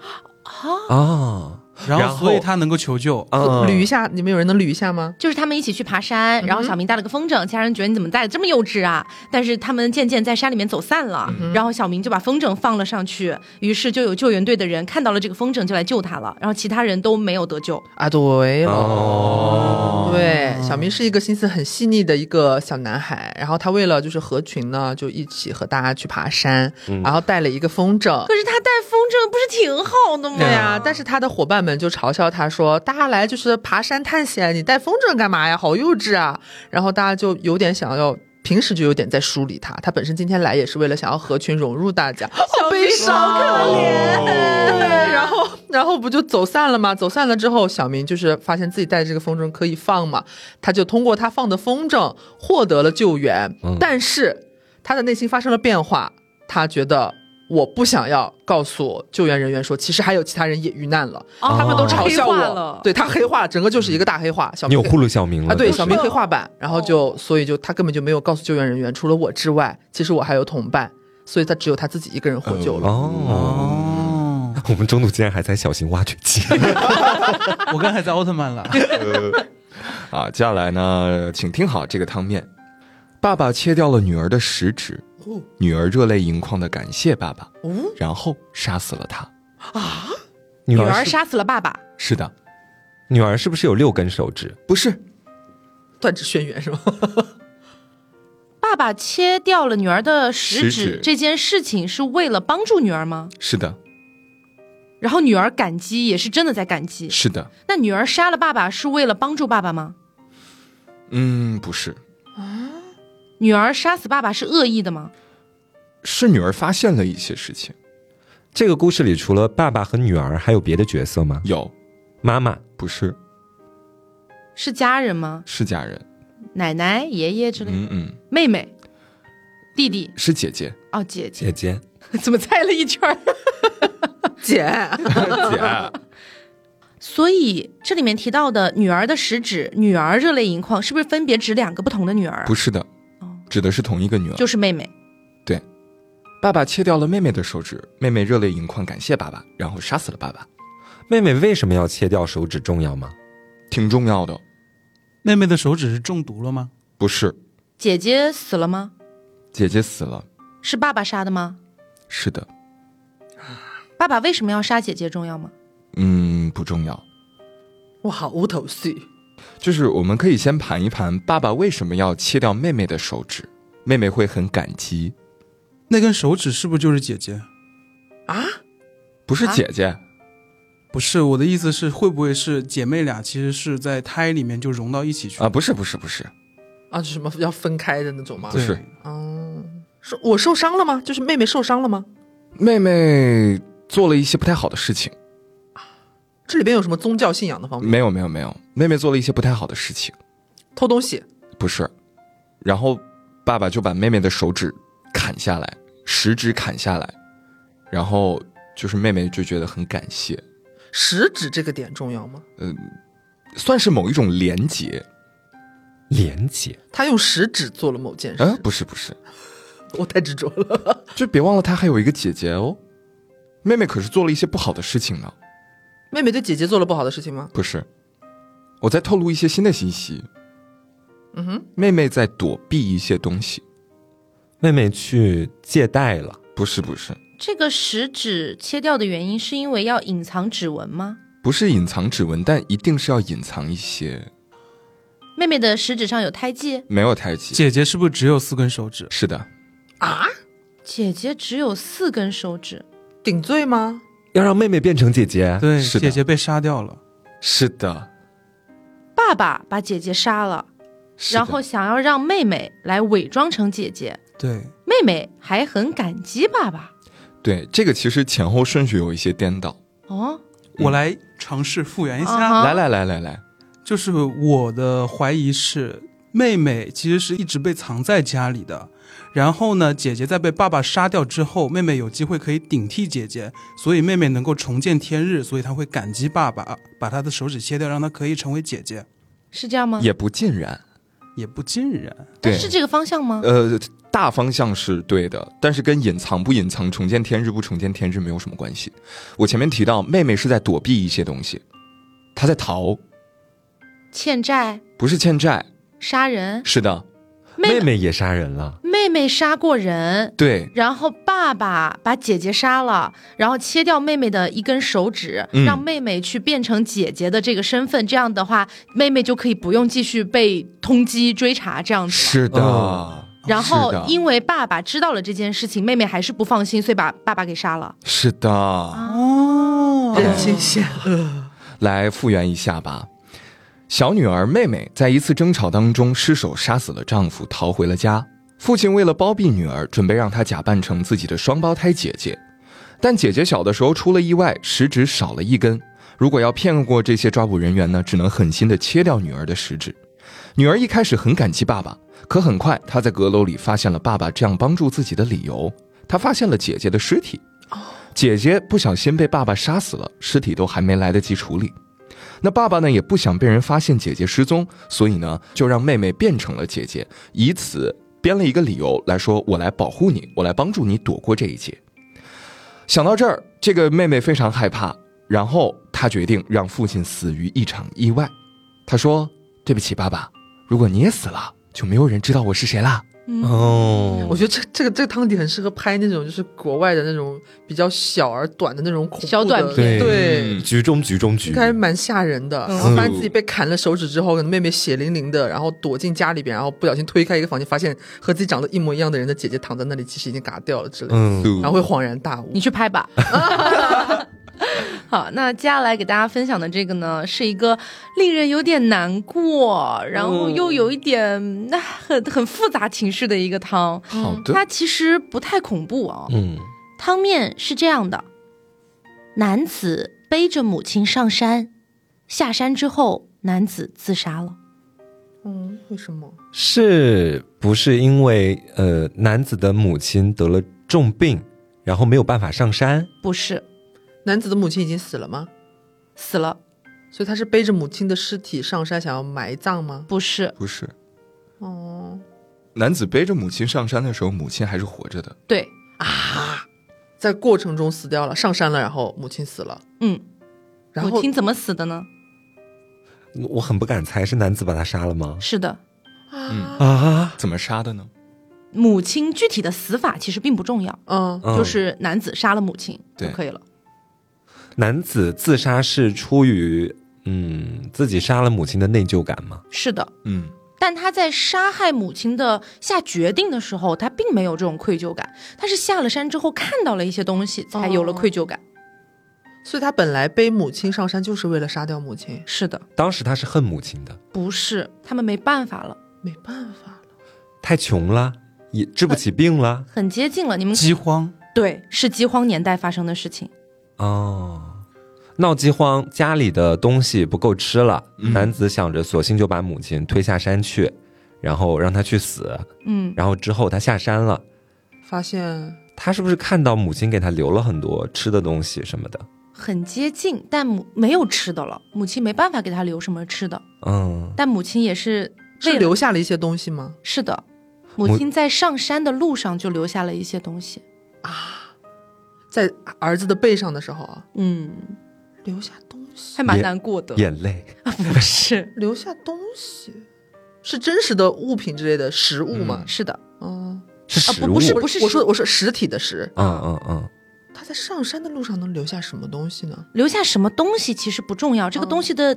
哦啊，然然后后所以他能够求救。嗯捋一下，你们有人能捋一下吗？就是他们一起去爬山，然后小明带了个风筝，其他人觉得你怎么带的这么幼稚啊？但是他们渐渐在山里面走散了，然后小明就把风筝放了上去，于是就有救援队的人看到了这个风筝就来救他了，然后其他人都没有得救。啊，对了。哦，对，小明是一个心思很细腻的一个小男孩，然后他为了就是合群呢，就一起和大家去爬山，然后带了一个风筝可。是他带风筝不是挺好的吗？对啊呀、但是他的伙伴们就嘲笑他说：“大家来就是爬山探险，你带风筝干嘛呀？好幼稚啊！”然后大家就有点想要，平时就有点在梳理他。他本身今天来也是为了想要合群融入大家，好悲伤，可怜。对，然后然后不就走散了吗？走散了之后，小明就是发现自己带这个风筝可以放嘛，他就通过他放的风筝获得了救援，但是他的内心发生了变化，他觉得。我不想要告诉救援人员说，其实还有其他人也遇难了，哦他们都嘲笑黑化我了，对他黑化了，整个就是一个大黑化。小你明有呼噜小明了啊，对，就是小明黑化版，然后就所以就他根本就没有告诉救援人员，除了我之外，其实我还有同伴，所以他只有他自己一个人获救了。哦。哦， 我们中途竟然还在小型挖掘机，我刚才在奥特曼了， 啊，接下来呢，请听好这个汤面。爸爸切掉了女儿的食指，哦女儿热泪盈眶的感谢爸爸，然后杀死了他。女女儿儿是杀死了爸爸，是的，女儿是不是有六根手指？不是，断指轩辕是吗？爸爸切掉了女儿的食食指指，这件事情是为了帮助女儿吗？是的，然后女儿感激，也是真的在感激。是的，那女儿杀了爸爸是为了帮助爸爸吗？嗯，不是，女儿杀死爸爸是恶意的吗？是女儿发现了一些事情，这个故事里除了爸爸和女儿，还有别的角色吗？有，妈妈、不是，是家人吗？是家人，奶奶、爷爷之类的？嗯嗯，妹妹、弟弟是姐 姐，哦，姐姐，姐姐， 怎么猜了一圈儿？姐，姐，啊所以这里面提到的女儿的食指、女儿热泪盈眶，是不是分别指两个不同的女儿啊？不是的，指的是同一个女儿。就是妹妹。对，爸爸切掉了妹妹的手指，妹妹热泪盈眶感谢爸爸，然后杀死了爸爸，妹妹为什么要切掉手指重要吗？挺重要的，妹妹的手指是中毒了吗？不是，姐姐死了吗？姐姐死了，是爸爸杀的吗？是的，爸爸为什么要杀姐姐重要吗？嗯，不重要。我好无头绪。就是我们可以先盘一盘，爸爸为什么要切掉妹妹的手指？妹妹会很感激，那根手指是不是就是姐姐？不是啊姐姐，不是，我的意思是，会不会是姐妹俩其实是在胎里面就融到一起去？啊，不是不是不是，啊，就是什么要分开的那种吗不？对是，哦，是我受伤了吗？就是妹妹受伤了吗？妹妹做了一些不太好的事情，这里边有什么宗教信仰的嗯方面？没有没有没有，妹妹做了一些不太好的事情，偷东西，不是，然后爸爸就把妹妹的手指砍下来，食指砍下来，然后就是妹妹就觉得很感谢，食指这个点重要吗？算是某一种连结，连结，他用食指做了某件事，嗯、不是不是， 我太执着了。 就别忘了她还有一个姐姐哦，妹妹可是做了一些不好的事情呢，妹妹对姐姐做了不好的事情吗？不是，我在透露一些新的信息，嗯哼，妹妹在躲避一些东西，妹妹去借贷了，不是不是。这个食指切掉的原因是因为要隐藏指纹吗？不是隐藏指纹，但一定是要隐藏一些妹妹的食指上有胎记，没有胎记。姐姐是不是只有四根手指？是的，啊，姐姐只有四根手指，顶罪吗？要让妹妹变成姐姐。对，是的姐姐被杀掉了。是的，爸爸把姐姐杀了，是的然后想要让妹妹来伪装成姐姐，对，妹妹还很感激爸爸。对这个其实前后顺序有一些颠倒。哦，嗯我来尝试复原一啊下。哈来来来来来，就是我的怀疑是，妹妹其实是一直被藏在家里的。然后呢，姐姐在被爸爸杀掉之后，妹妹有机会可以顶替姐姐，所以妹妹能够重见天日，所以她会感激爸爸，把她的手指切掉，让她可以成为姐姐，是这样吗？也不尽然。也不尽然。但对，是这个方向吗？呃，大方向是对的，但是跟隐藏不隐藏、重见天日不重见天日没有什么关系。我前面提到，妹妹是在躲避一些东西，她在逃，欠债、不是欠债。杀人，是的，妹妹妹也杀人了，妹妹杀过人，对，然后爸爸把姐姐杀了，然后切掉妹妹的一根手指，嗯让妹妹去变成姐姐的这个身份。这样的话，妹妹就可以不用继续被通缉追查这样子。是的，哦然是的后，因为爸爸知道了这件事情，妹妹还是不放心，所以把爸爸给杀了。是的。啊哦人性险恶，来复原一下吧。小女儿妹妹在一次争吵当中失手杀死了丈夫，逃回了家。父亲为了包庇女儿，准备让她假扮成自己的双胞胎姐姐，但姐姐小的时候出了意外，食指少了一根。如果要骗过这些抓捕人员呢，只能狠心的切掉女儿的食指。女儿一开始很感激爸爸，可很快她在阁楼里发现了爸爸这样帮助自己的理由。她发现了姐姐的尸体，姐姐不小心被爸爸杀死了，尸体都还没来得及处理。那爸爸呢也不想被人发现姐姐失踪，所以呢就让妹妹变成了姐姐，以此编了一个理由来说我来保护你，我来帮助你躲过这一劫。想到这儿，这个妹妹非常害怕，然后她决定让父亲死于一场意外。她说：“对不起，爸爸，如果你也死了，就没有人知道我是谁啦。嗯哦 我觉得这这个这个汤底很适合拍那种就是国外的那种比较小而短的那种恐怖的小短片对，嗯局中局中局应，该蛮吓人的。嗯然后发现自己被砍了手指之后，可能妹妹血淋淋的，然后躲进家里边，然后不小心推开一个房间，发现和自己长得一模一样的人的姐姐躺在那里，其实已经嘎掉了之类的，嗯，然后会恍然大悟你。去拍吧。 好，那接下来给大家分享的这个呢，是一个令人有点难过，然后又有一点那、很很复杂情绪的一个汤。好它其实不太恐怖啊、嗯，汤面是这样的：男子背着母亲上山，下山之后，男子自杀了。嗯，为什么？是不是因为呃男子的母亲得了重病，然后没有办法上山？不是男子的母亲已经死了吗？死了，所以他是背着母亲的尸体上山，想要埋葬吗？不是不是，哦，男子背着母亲上山的时候，母亲还是活着的。对，在过程中死掉了，上山了，然后母亲死了，嗯。然母后亲怎么死的呢？我很不敢猜，是男子把他杀了吗？是的，嗯，啊，怎么杀的呢？母亲具体的死法其实并不重要，嗯嗯就是男子杀了母亲就对可以了。男子自杀是出于嗯自己杀了母亲的内疚感吗？是的，嗯但他在杀害母亲的下决定的时候，他并没有这种愧疚感，他是下了山之后看到了一些东西，才有了愧疚感。所以他本来背母亲上山就是为了杀掉母亲，是的，当时他是恨母亲的，不是他们没办法了，没办法了。太穷了，也治不起病了。很接近了。你们饥荒，对是饥荒年代发生的事情，哦，闹饥荒，家里的东西不够吃了，嗯男子想着索性就把母亲推下山去，然后让她去死。嗯，然后之后他下山了，发现他是不是看到母亲给他留了很多吃的东西什么的？很接近，但母没有吃的了，母亲没办法给他留什么吃的，嗯，但母亲也是为是了留下了一些东西吗？是的，母亲在上山的路上就留下了一些东西。在儿子的背上的时候啊，嗯，留下东西，还蛮难过的。眼泪。 不是，留下东西，是真实的物品之类的食物吗？是的，嗯，是啊食不物，不是我我说我说实体的实，嗯嗯嗯，他在上山的路上能留下什么东西呢？留下什么东西其实不重要，这个东西的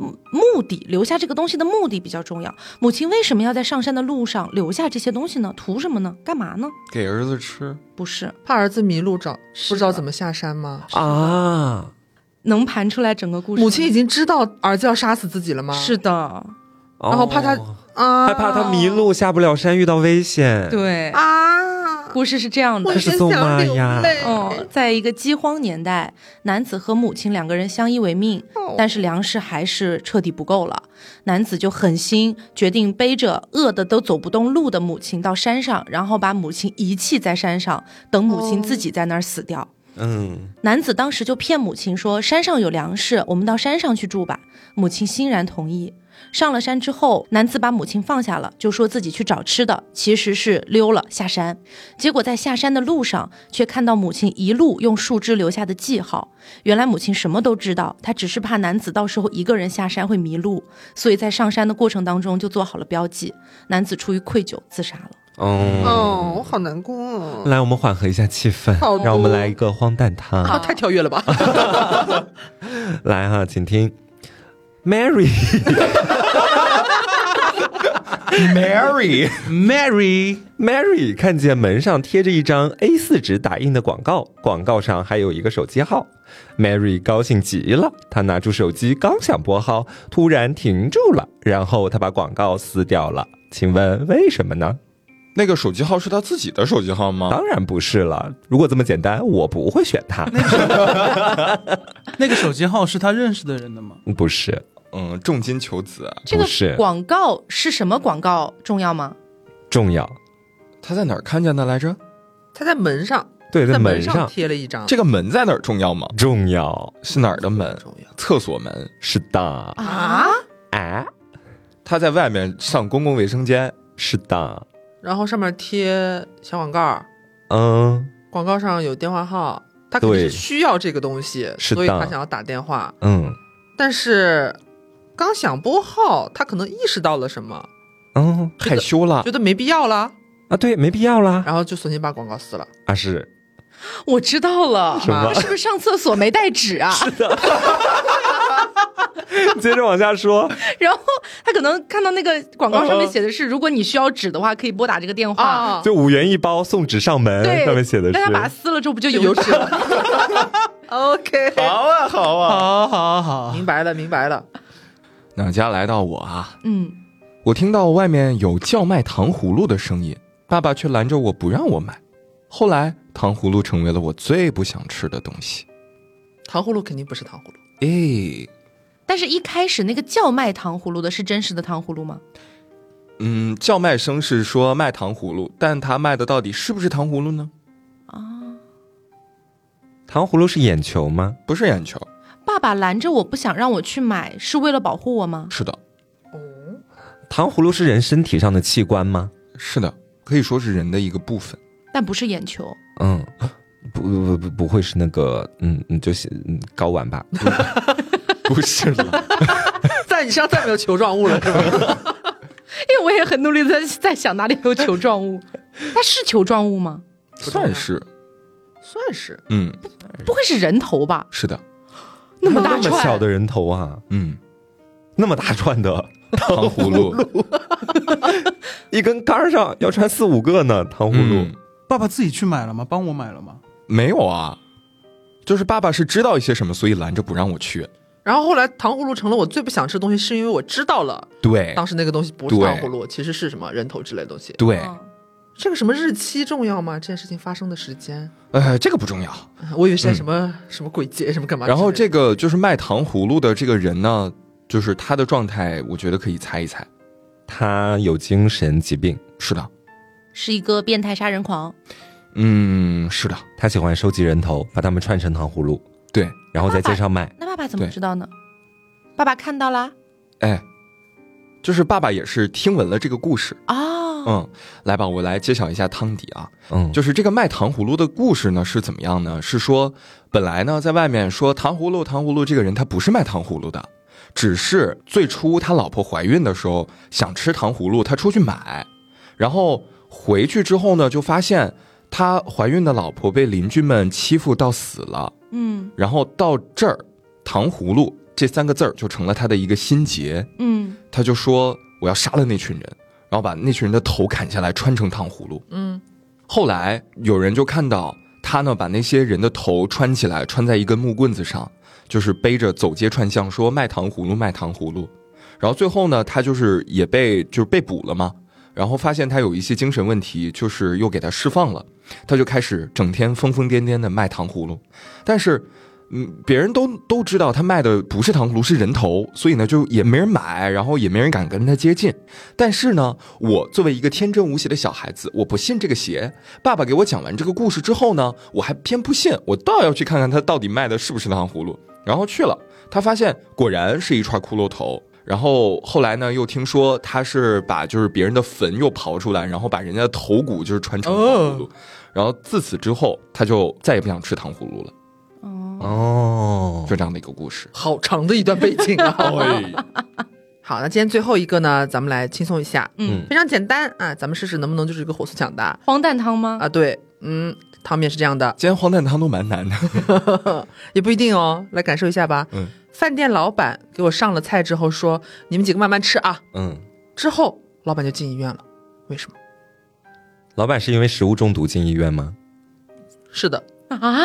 嗯目的，留下这个东西的目的比较重要。母亲为什么要在上山的路上留下这些东西呢？图什么呢？干嘛呢？给儿子吃，不是，怕儿子迷路找是不知道的怎么下山吗？啊，能盘出来整个故事吗。母亲已经知道儿子要杀死自己了吗？是的，然后怕他啊，哦害怕他迷路下不了山遇到危险。，对，啊，故事是这样的我这。是真宋想妈流呀泪。哦，在一个饥荒年代，男子和母亲两个人相依为命，但是粮食还是彻底不够了。男子就狠心决定背着饿得都走不动路的母亲到山上，然后把母亲遗弃在山上，等母亲自己在那儿死掉。嗯，男子当时就骗母亲说山上有粮食，我们到山上去住吧。母亲欣然同意。上了山之后，男子把母亲放下了，就说自己去找吃的，其实是溜了下山。结果在下山的路上，却看到母亲一路用树枝留下的记号。原来母亲什么都知道，她只是怕男子到时候一个人下山会迷路，所以在上山的过程当中就做好了标记。男子出于愧疚自杀了。哦，哦，我好难过 哦。来，我们缓和一下气氛好，的让我们来一个荒诞汤。啊，太跳跃了吧！来哈，请听，Mary Mary， Mary， Mary 看见门上贴着一张 A 4纸打印的广告，广告上还有一个手机号。Mary 高兴极了，她拿出手机刚想拨号，突然停住了，然后她把广告撕掉了。请问为什么呢？那个手机号是他自己的手机号吗？当然不是了，如果这么简单，我不会选它。 那个手机号是他认识的人的吗？不是，嗯，重金求子啊，这个不是广告是什么广告重要吗？重要。他在哪儿看见的来着？啊他在门上，对，在门上上贴了一张，这个门在哪儿重要吗？重要是哪儿的门？重要厕所门。是的，啊，哎，他在外面上公共卫生间，是的，然后上面贴小广告，嗯广告上有电话号，他肯定对是需要这个东西，是的所以他想要打电话。嗯但是刚想拨号，他可能意识到了什么，嗯害羞了。觉得没必要了，啊，对，没必要啦。然后就索性把广告撕了。啊，是 我知道了，啊什么？是不是上厕所没带纸啊？接着往下说， 然后他可能看到那个广告上面写的 是，如果你需要纸的话，可以拨打这个电话。啊，就五元一包送纸上门，对，哎上面写的但他把它是。撕了之后，不就就有有纸纸了。OK， 好啊，好啊。好好好，明白了，明白了。哪家来到我啊？嗯，我听到外面有叫卖糖葫芦的声音，爸爸却拦着我不让我买。后来，糖葫芦成为了我最不想吃的东西。糖葫芦肯定不是糖葫芦，哎，但是一开始那个叫卖糖葫芦的是真实的糖葫芦吗？嗯，叫卖声是说卖糖葫芦，但他卖的到底是不是糖葫芦呢？糖葫芦是眼球吗？不是眼球，爸爸拦着我不想让我去买，是为了保护我吗？是的，糖葫芦是人身体上的器官吗？是的，可以说是人的一个部分。 但不是眼球，嗯，不不不，不会是那个，嗯，嗯就是嗯睾丸吧？不是了，在你身上再没有球状物了，是吧？ 因为我也很努力的在想哪里有球状物。它是球状物吗？算是， 算是嗯，不会是人头吧？是的，那么那大么小串，的人头啊，嗯，那么大串的糖葫芦，一根杆儿上要穿四五个呢，糖葫芦。嗯爸爸自己去买了吗？帮我买了吗？没有啊，就是爸爸是知道一些什么，所以拦着不让我去。然后后来糖葫芦成了我最不想吃的东西，是因为我知道了对当时那个东西不是哎糖对葫芦，其实是什么人头之类的东西。对，嗯这个什么日期重要吗？这件事情发生的时间，呃，这个不重要。我以为是在什么、什么鬼节什么干嘛之类然的。后这个就是卖糖葫芦的这个人呢，就是他的状态，我觉得可以猜一猜。他有精神疾病，是的，是一个变态杀人狂，嗯，是的，他喜欢收集人头，把他们串成糖葫芦，对，然后在街上卖。那爸爸怎么对知道呢？爸爸看到啦，哎，就是爸爸也是听闻了这个故事。哦，嗯，来吧，我来揭晓一下汤底啊。嗯，就是这个卖糖葫芦的故事呢是怎么样呢？是说本来呢在外面说糖葫芦糖葫芦这个人他不是卖糖葫芦的，只是最初他老婆怀孕的时候想吃糖葫芦，他出去买，然后回去之后呢就发现他怀孕的老婆被邻居们欺负到死了，嗯然后到这儿糖葫芦这三个字儿就成了他的一个心结，嗯，他就说我要杀了那群人，然后把那群人的头砍下来穿成糖葫芦。嗯，后来有人就看到他呢，把那些人的头穿起来，穿在一根木棍子上，就是背着走街串巷说卖糖葫芦，卖糖葫芦。然后最后呢，他就是也被就是被捕了嘛，然后发现他有一些精神问题，就是又给他释放了，他就开始整天疯疯癫癫的卖糖葫芦，但是。嗯，别人都都知道他卖的不是糖葫芦，是人头，所以呢，就也没人买，然后也没人敢跟他接近。但是呢，我作为一个天真无邪的小孩子，我不信这个邪。爸爸给我讲完这个故事之后呢，我还偏不信，我倒要去看看他到底卖的是不是糖葫芦。然后去了，他发现果然是一串骷髅头。然后后来呢，又听说他是把就是别人的坟又刨出来，然后把人家的头骨就是穿成糖葫芦。然后自此之后，他就再也不想吃糖葫芦了，哦，哦，就这样的一个故事。好长的一段背景啊。 好，那今天最后一个呢，咱们来轻松一下，嗯，非常简单啊，咱们试试能不能就是一个火速抢答荒诞汤吗？啊？对，嗯，汤面是这样的，今天荒诞汤都蛮难的。也不一定哦，来感受一下吧。嗯，饭店老板给我上了菜之后说：“你们几个慢慢吃啊。嗯，”之后老板就进医院了，为什么？老板是因为食物中毒进医院吗？是的，啊，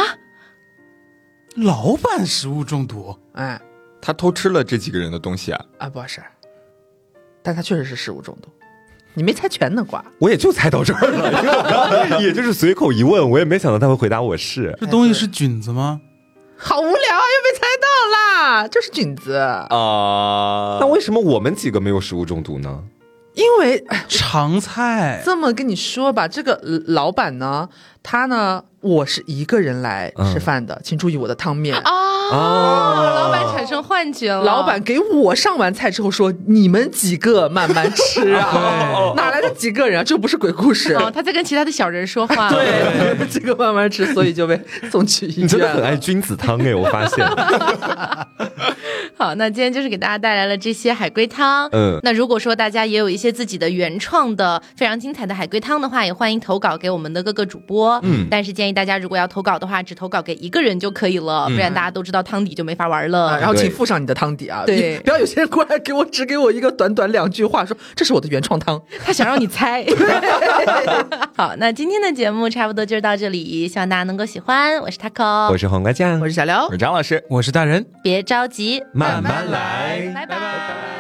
老板食物中毒，哎 他偷吃了这几个人的东西啊，啊，不是，但他确实是食物中毒，你没猜全呢，瓜。我也就猜到这儿了，因为我刚刚也就是随口一问，我也没想到他会回答我是。这东西是菌子吗？好无聊啊，又被猜到啦，就是菌子，啊那为什么我们几个没有食物中毒呢？因为哎常菜，这么跟你说吧，这个呃老板呢，他呢，我是一个人来吃饭的，请注意我的汤面。哦，老板产生幻觉了，老板给我上完菜之后说：“你们几个慢慢 吃啊对，哪来的几个人啊？这不是鬼故事。哦，他在跟其他的小人说话，对，对，你们 几个慢慢吃，所以就被送去医你真的院很了。爱君子汤哎，我发现。好，那今天就是给大家带来了这些海龟汤。嗯那如果说大家也有一些自己的原创的非常精彩的海龟汤的话，也欢迎投稿给我们的各个主播。嗯，但是建议大家如果要投稿的话，只投稿给一个人就可以了，不然大家都知道汤底就没法玩了。啊，然后对请附上你的汤底啊！对你不要有些人过来给我只给我一个短短两句话，说这是我的原创汤。他想让你猜。 好，那今天的节目差不多就是到这里，希望大家能够喜欢。我是 Taco，我是黄瓜酱我，是小刘我，是张老师。我是大人。别着急，慢慢来。拜拜